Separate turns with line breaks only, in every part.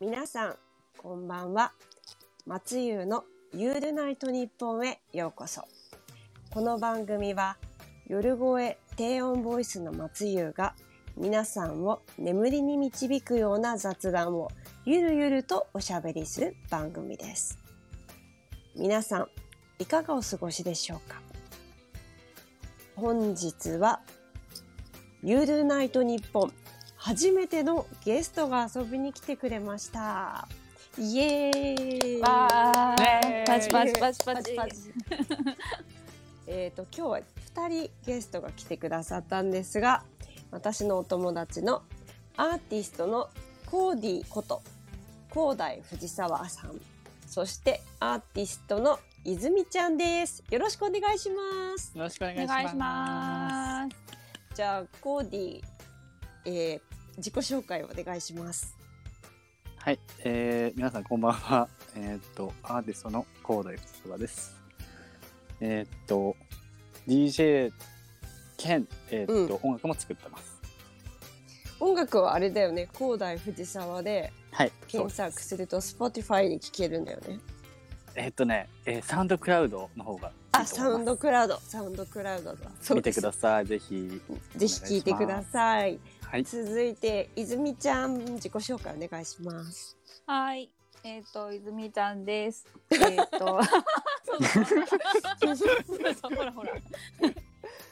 皆さん、こんばんは。松湯のゆるナイト日本へようこそ。この番組は、夜声低音ボイスの松湯が、皆さんを眠りに導くような雑談をゆるゆるとおしゃべりする番組です。皆さん、いかがお過ごしでしょうか本日は、ゆるナイト日本初めてのゲストが遊びに来てくれました。イエーイ
わー
ーい
パチパチパチパチパチ。
えー、と今日は2人ゲストが来てくださったんですが私のお友達のアーティストのコーディこと高大藤沢さんそしてアーティストの泉ちゃんですよろしくお願いします
よろしくお願い
お
し
願
ま
い
す。
します。
じゃあコーディ、えー、自己紹介お願いします
はい、えー、皆さんこんばんは。えーっと、アーティストの高大つばです。えーっと、DJ 兼、えーっと、音楽も作ってます。
音楽はあれだよね高大藤沢で
はい、そう
検
です。
索すると Spotify で聴けるんだよね
えーっとね、えー、サウンドクラウドの方がいいと思い
あ
ます
サウンドクラウドサウンドクラウドだそう
見
で
て
す
ください。ぜひ。
ぜひ聞いてください。
はい、
続いて泉ちゃん自己紹介お願いします。
はい。えっ、と、泉ちゃん です。えっ、と。そうそうほらほら。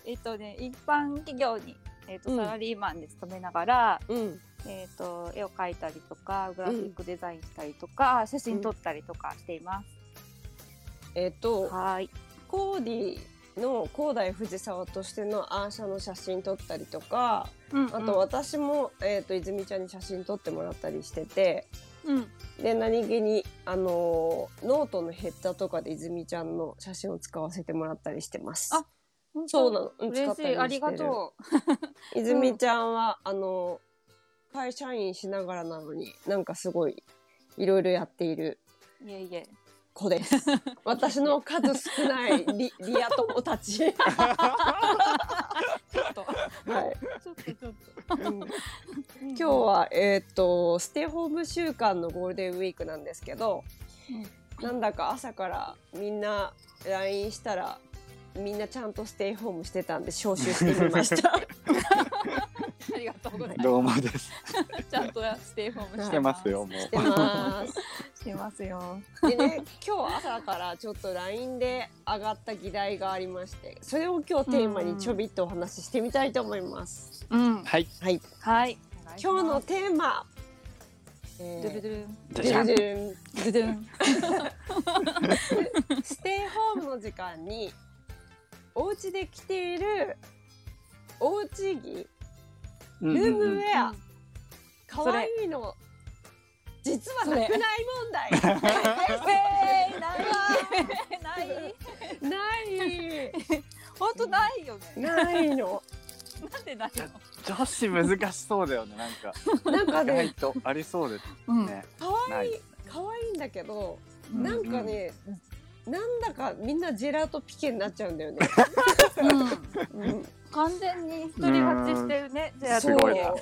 えっとね、一般企業に、えっ、
う
と、
ん
サラリーマンで勤めながら。
うん、
えっ、と、絵を描いたりとか、グラフィックデザインしたりとか、写真撮ったりとかしています。
えっ、と
はい。
コーディの高大藤沢としてのアーシャの写真撮ったりとか、
うん
あと、私もえっ、と泉ちゃんに写真撮ってもらったりしてて、
うん、
で何気にあのーノートのヘッダーとかで泉ちゃんの写真を使わせてもらったりしてます。
あ
そうなのうん使
嬉
っ
した
りして
い、
る
ありがとう。
泉ちゃんは、あの会社員しながらなのになんかすごいいろいろやっている
いえいえ。
子 です。私の数少ないリ リア友た ち。は
ちょっと、
い。
ちょっと、ちょっと。
今日はえっ、とステイホーム週間のゴールデンウィークなんですけど、なんだか朝からみんな LINE したらみんなちゃんとステイホームしてたんで招集してみま した。
ありがとうございます。
どうもです。
ちゃんとステイホーム
し
してて
ま
ますす。
よ、も
して
う。
ます。
してますよ。
でね今日朝からちょっと LINE で上がった議題がありましてそれを今日テーマにちょびっとお話ししてみたいと思います。
うん。
はい、
はい、
はい。
今日のテーマ、え
ド
ー
ゥルドゥルン
じゃじゃん
ドゥルドゥルン
ドゥルドゥルン。
ステイホームの時間にお家で着ているおうち着
うん
ルーム
うん
ウ
うん
ェア
ん
可愛、いの実はなくない問題
えー、ない。ない。
ない
本当ないよね。
ないの
なんでないの。
女子難しそうだよね、なんか。
なんか
意外
ね
とありそうです
うん
ね。
可
な
愛
い
い可愛いんだけど
うん
なんかね、なんだかみんなジェラートピケになっちゃうん だよね。うん
完全に一人勝ちしてるね。じゃあ、
すごいな
そう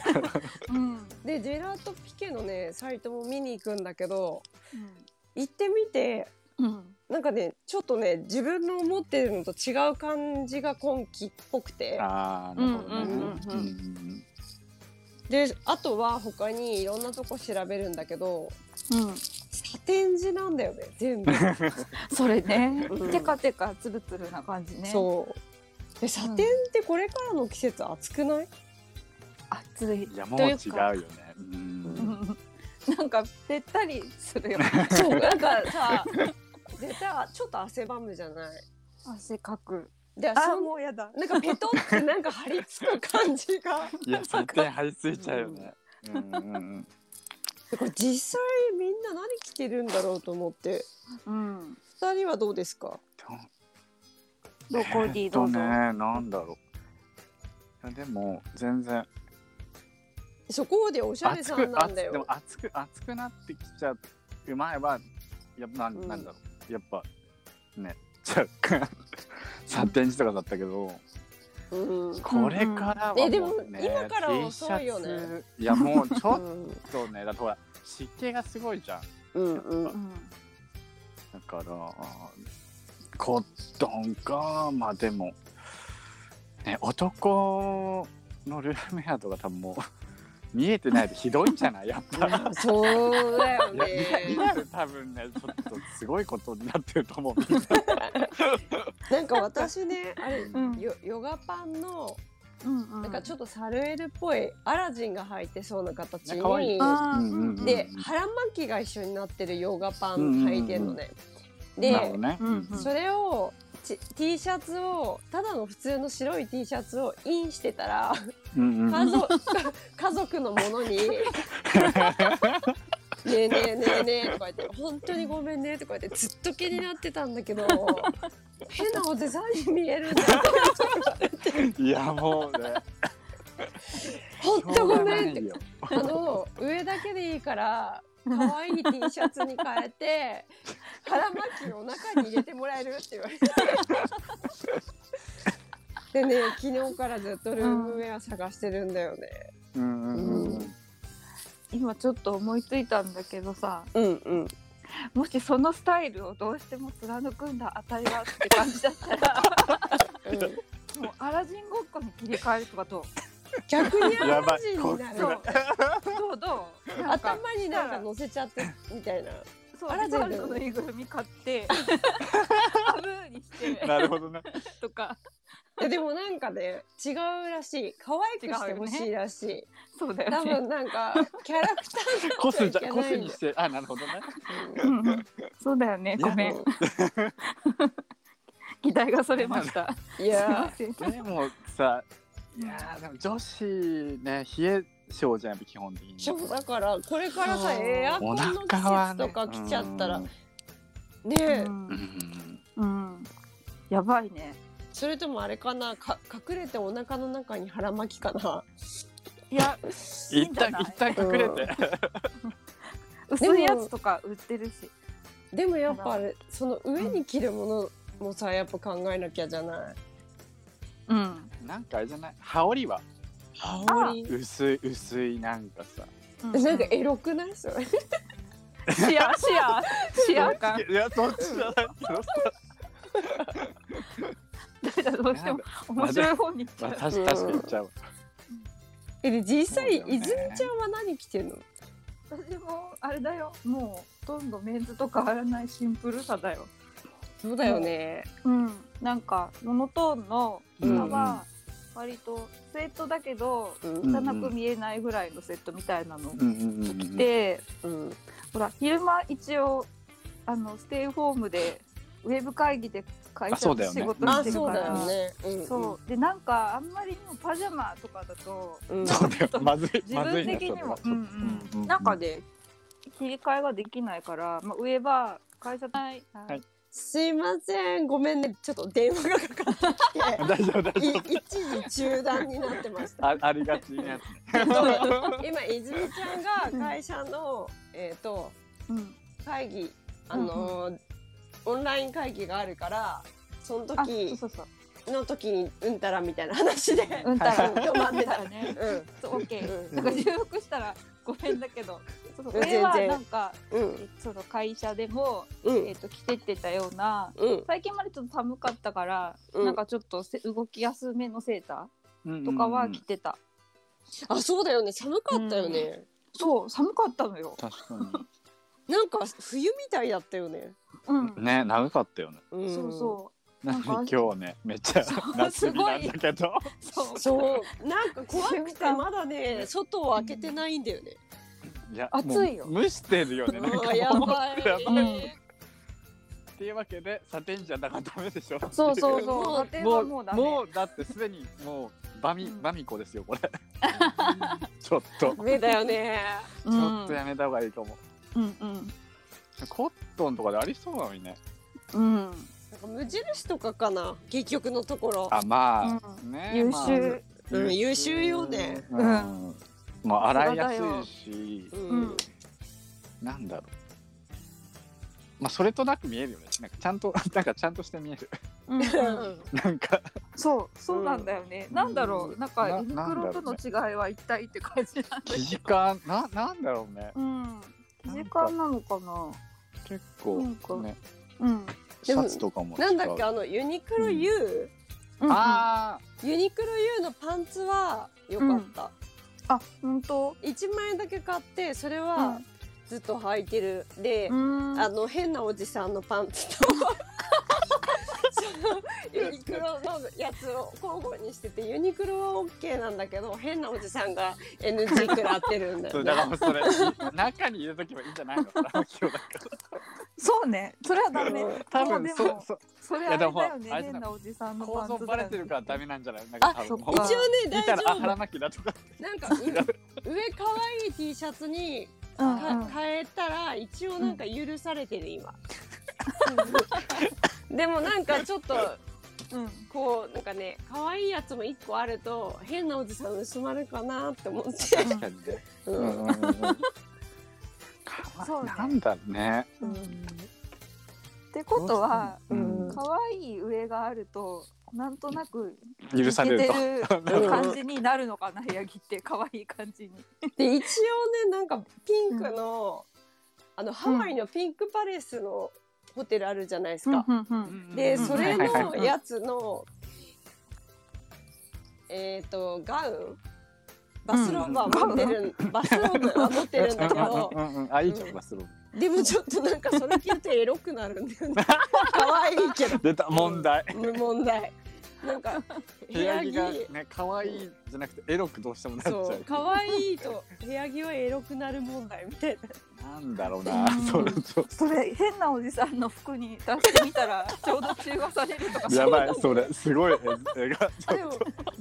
うん。
でジェラートピケのねサイトも見に行くんだけど行ってみて
うん。
なんかねちょっとね自分の思ってるのと違う感じが今季っぽくて
ああ、なるほどね。
うんうん
うんうんであとは他にいろんなとこ調べるんだけど
うん。
サテン地なんだよね全部、
それね
う。ん
テカテカつるつるな感じね。う。
そうでサテンってこれからの季節暑くない、
暑い。
いや、もう違うよね。う
うんんなんかぺったりするよね。
そうなんかさ絶対ちょっと汗ばむじゃない
汗かく。
で
あ
そ
ー
ん
もうやだ。
なんかペトってなんか張り付く感じが
いや、絶対張り付いちゃうよね。うんうんうん
でこれ実際みんな何着てるんだろうと思って
うん。
二人はどうですか
どうコーディ
え
ー
っ
ど
と
う
ね、
ぞ。
なんだろう。いや、でも、全然。
そこでおしゃれ
熱
さ
く
ん、なんだ
熱く、で
よ
も、熱く、熱くなってきちゃう前は。やっぱ、なん、
うん
なんだろう。やっぱ。ね、若干。サテン地とかだったけど。
うん
これからは
うんえでも
うね
今からは遅いよね
T シャツいや、もう、ちょっ
うん
とね、だってほら。 湿気がすごいじゃん。
うんうん
うん
だから、コットンか、まあでも、ね、男のルームヘアとか多分もう、 見えてないとひどいんじゃないやっぱ。
そうだよ
いやリ
ね
アル多分ね、ちょっとすごいことになってると思う。
なんか私ねあれ
うん
ヨヨガパンの
うんうん
なんかちょっ
っ
とサルエルっぽいアラジンが履いてそうな形
ね可愛い
に
とあー
うんうんうん
で腹巻きが一緒になってるヨガパン履いてんのね。で
なるほどね。
うんうん
それをち T シャツをただの普通の白い T シャツをインしてたら
うんうん
家族 家族のもの に「ねえねえねえねえ」とか言って「本当にごめんね」とか言ってずっと気になってたんだけど変なおデザインに見えるんだよ
いやもうね。
本当ごめんっ
しょうがない
て
よ
あの上だけでいいから可愛い T シャツに変えて腹巻きをお腹に入れてもらえるって言われて。でね、昨日からずっとルームウェア探してるんだよね。
うんうんうん。
今ちょっと思いついたんだけどさ
うんうん。
もしそのスタイルをどうしても貫くんだあたりはって感じだった ら
うん
もうアラジンごっこに切り替えるとかどう
逆に
や
ア
ば
ラ
い
ジンになる
そうどうどうなんか
頭になんか乗せちゃってみたいな
そう
ア
ア
ラ
ラ
ジ
ジ
ン
ン
だよ
のぬいぐるみ買って ハブーにして
なるほどね。
とか
いやでもなんかね違うらしい可愛くしてほしいらしい、
そうだよ
多
ね
分なんかキャラクタ
コスじ
いけ
ゃ
ない
コスにしてあなるほどね。
うんうんそうだよねごめ
ー
ん 期待がそれました
いや
すいません
でもさ、いやーでも女子ね冷え性じゃんやっぱ基本的に。
そうだからこれからさ
そう
エアコ
お
ンの季
腹は
節
ね
とか来ちゃったら
うん
ねえ
うん
う
うん
ん、うんやばいね
それともあれかなか隠れてお腹の中に腹巻きかない
やいい
一
んじゃ
旦
ない
一旦隠れて。
薄いやつとか売ってるし
でもやっぱあれその上に着るものもさやっぱ考えなきゃじゃない
うん、
なんかあれじゃない羽織は
羽織
薄い薄いなんかさ。
うん、
なんかエロくないそれ
シアシアシア感
いやどっちじゃない。
どうしても面白い方に行っちゃ
まあ
う
確か確かに言っちゃう。
えで実際、
そうだよね
泉ちゃんは何着てるの
私もあれだよもうほとんどメンズとかあらないシンプルさだよ
そうだよね
うんなんかモノトーンの
うん
下は割とスウェットだけど
うん
汚く見えないぐらいのセットみたいなの
うんうんうんう
着
ん。
て
うん
ほら昼間一応あのステイホームでウェブ会議で会
あそ
社
うだ
で
よね
仕事
あ
してる
そう
か
だ
ら
よね
そうでなんかあんまりにもパジャマとかだと
うん、うん
そうだよ。まずい。
自分的にも
ま、ず
う
い
ん
ね
う
うんうん
ん、なんかね切り替えができないから、まあ、上は会社ない、
い
すいませんごめんねちょっと電話がかか
それは
っ
大丈夫大
てきて
丈
い
夫。
一時中断になってました
あありがちなやつ。
今泉ちゃんが会社の、えー、と
うん、
会議あのーオンライン会議があるからその
あそう
時
そうそう
の時にうんたらみたいな話で
うんたら
止まってた
らね
うん
そうオッケー
うん
なんか重複したらごめんだけどそうそう
うん
上は
全然
なんか
うん
その会社でも、
う
え
ん
っと着てってたような
うん
最近までちょっと寒かったから、
うん
なんかちょっとせ動きやすめのセーターとかは着てた、
あそうだよね寒かったよね、
そう寒かったのよ、
確か
なんか冬みたいだったよね。
うん
に。ね長かったよね。
うん
そうそ
なんか
なんか
今日ねめっちゃ
そう
夏日なんだけど。
うそう
そう、なんか怖くて
うん
まだね、外を開けてないんだよね。
いや
暑いよ
もう蒸してる よね。なんかも
あ
う
ーやば
やば
い
い。
っていうわけでサテンじゃなかダメでしょ。
そうそうそう
もう
ラテン
も
は
う
も
も
うダ
う
メ
だってすでにもうバミ、
うん
バミコですよ これ。ちょっとち
目だよね。
う
ょっ
ん
とやめた方がいいかも。
うんうん
コットンとかでありそうなのにね。
うん
なんか無印とかかな、結局のところ。
あまあ、ね
優
まあ
秀
うん優秀よね。
うん。まあ洗いやすいし
う、ん、
なんだろう。まあそれとなく見えるよね。なんかちゃんと なんかちゃんとして見える。
うんうん
な んか
そうそうなんだよね
うん
なんだろうなんか
な
ユニクロとの違いは一体って感じなんだ
生
け
地
ど
感ななんだろうね。
うん時間なのかな。
結
なん
構
か
ね
うん。
シャツとかも違
な
うん
だっけあのユニクロ U、
うん
あ
ユニクロ U のパンツは良かった、
あ、本当。
一1枚だけ買ってそれはずっと履いてるで、
うん。
あの変なおじさんのパンツとそのユニクロのやつを交互にしててユニクロは OK なんだけど変なおじさんが NG 食らってるんだ
あ
よ
そう
ね
だ。からそれ中に入れとけばいいんじゃないのかな今日だか
そうね。それはダメ
う。ん
ら
も
多
うで
分
も
そそ
それ
い
あれ
や
だ
でも
よね
あれだ
変なおじさんの
構
パン
造
ツ
バレてるからダメなんじゃないなんか多分
あそっ
一
か
応ね
見
大
たらあ
丈
腹巻きだとか
夫なんか上可愛い T シャツに
うんうん
か変えたら一応なんか許されてる今。でもなんかちょっと
うん
こうなんかね可愛いやつも一個あると変なおじさん薄まるかなって思って。
確かにね
うん
うんうんうんうんか
そう
わい
ね
なんだろうね
うんってことは
うん
うん
可愛い上があるとなんとなく
許されると
いけてる感じになるのかな部屋着 って可愛い感じに
で一応ねなんかピンクの、あのハワイのピンクパレスのホテルあるじゃないですか。で
うん
それ
はいはいは
の
い
やつの、えっ、とガウンバスローブは持ってる、バスローブは持ってるんだけど
うんうんうんうんあいいじゃんバスロー
でもちょっとなんかそれ着るとエロくなるんだよ ね可愛いけど
ブ出た問題
無問題なんか部
部屋
屋
着
着
がね可愛いじゃなくてエロくどうしてもなっちゃ
そうう可愛いと部屋着はエロくなる問題みたいな
なんだろうな
うん
それちょっ
それ変なおじさんの服に出してみたらちょうど中和されるとか
とやばいそれすごい絵絵がちょっ
でも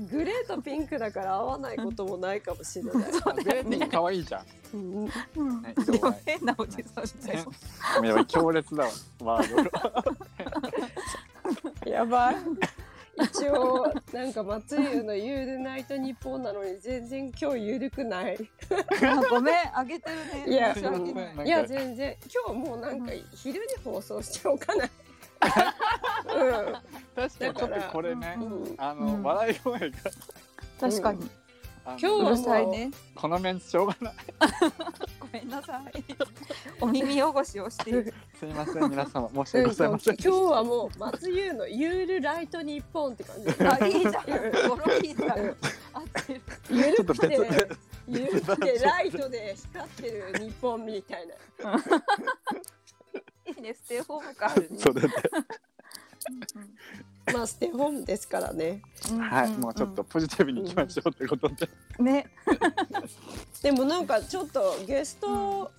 グレーとピンクだから合わないこともないかもしれ ない。
と全員可愛いじゃん
うん
うん
ね
でも変なおじさんだよ
やばい強烈だわワードが
やばい。一応なんか松湯のゆるナイト日本なのに全然今日ゆるくない。
あごめんあげてるね
いや
申し訳ない
なんか
いや全然今日もうなんか昼に放送しておか ない。
確かにちょっとこれね
うん。うん
あ
う
の
ん
笑い声が
確かに
あ
今
の
日
う
は
るさいね
このメンツしょうがない
ごめんなさいお耳汚しをしている
すいません皆様申し
うん
訳
今
ございません
日はもう松湯のゆるライト日本って感じ。
あいいじゃんゴロいいじゃん合ってる
ゆるくて
ちょっと別
ゆるくてライトで光ってる日本みたいな。
いいねステイホーム感あるね
それで
まあステイホームですからね。
うん
はいもうちょっとポジティブにいきましょうってことで
ね
でもなんかちょっとゲスト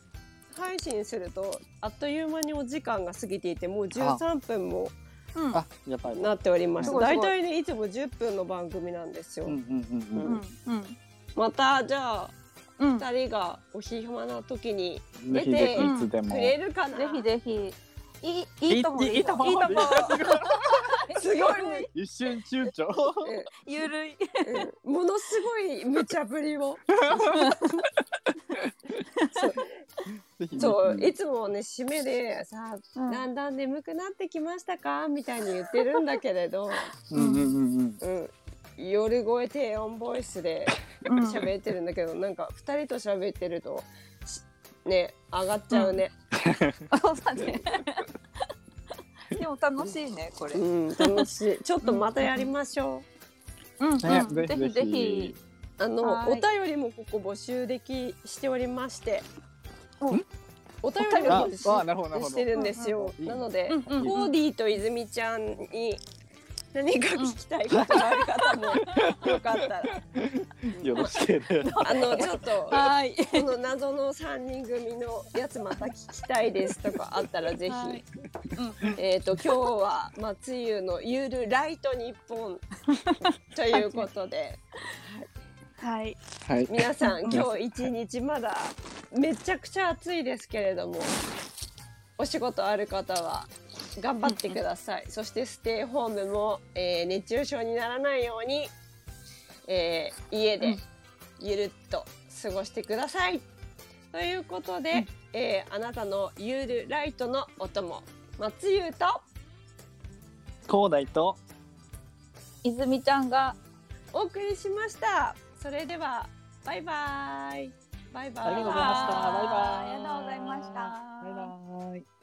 配信するとあっという間にお時間が過ぎていてもう13分も
うん
あやばい
なっておりまし
す
た
ごいす
大
ごい
体ねいつも10分の番組なんですよ、
うんうんうん
うんうん
またじゃあ
うんぜ
2人がお暇な時に
うんぜひぜひいつで
く
も
れるかな、
ひぜひいいいいとも
いいいいとも
いいとも
すごいね、
一瞬躊躇
ゆるい
うんものすごい無茶ぶり を
ぜひ
そういつもね締めでさあ
うん
だんだん眠くなってきましたかみたいに言ってるんだけれど、
うんうんうんうん
うん、夜声低音ボイスで
うん
喋ってるんだけど、なんか二人と喋ってるとしね上がっちゃうね、
そうだね。でも楽しいね、これ。
う
うん、
ん楽しい ちょっとまたやりましょ
うん、
ね
ぜひぜひ。
う、あの
は
お
ーい
便りもここ募集できしておりまして
お
ん
お便り
あ
も
あなるほどなるほど
してるんですよ
うんうん
なので、
うんうん
コーディと泉ちゃんに何か聞きたいことがある方もよかったら、
よろしければ
あのちょっと
はい。
この謎の三人組のやつまた聞きたいですとかあったらぜひ、
はい
えっ、と今日は松湯のゆるライト日本ということで
はい。
はい
皆さん今日一日まだめちゃくちゃ暑いですけれどもお仕事ある方は頑張ってくださいそしてステイホームも、えー熱中症にならないように、えー家
う
で
ん
ゆるっと過ごしてくださいということで、えーあなたのゆるライトのお供松湯と
広大と
泉ちゃんが。
お送りしましたそれではバイバイバイバイ。
ありがとうございました
あー
バイバイ
ありがとうございました。
バイバイ。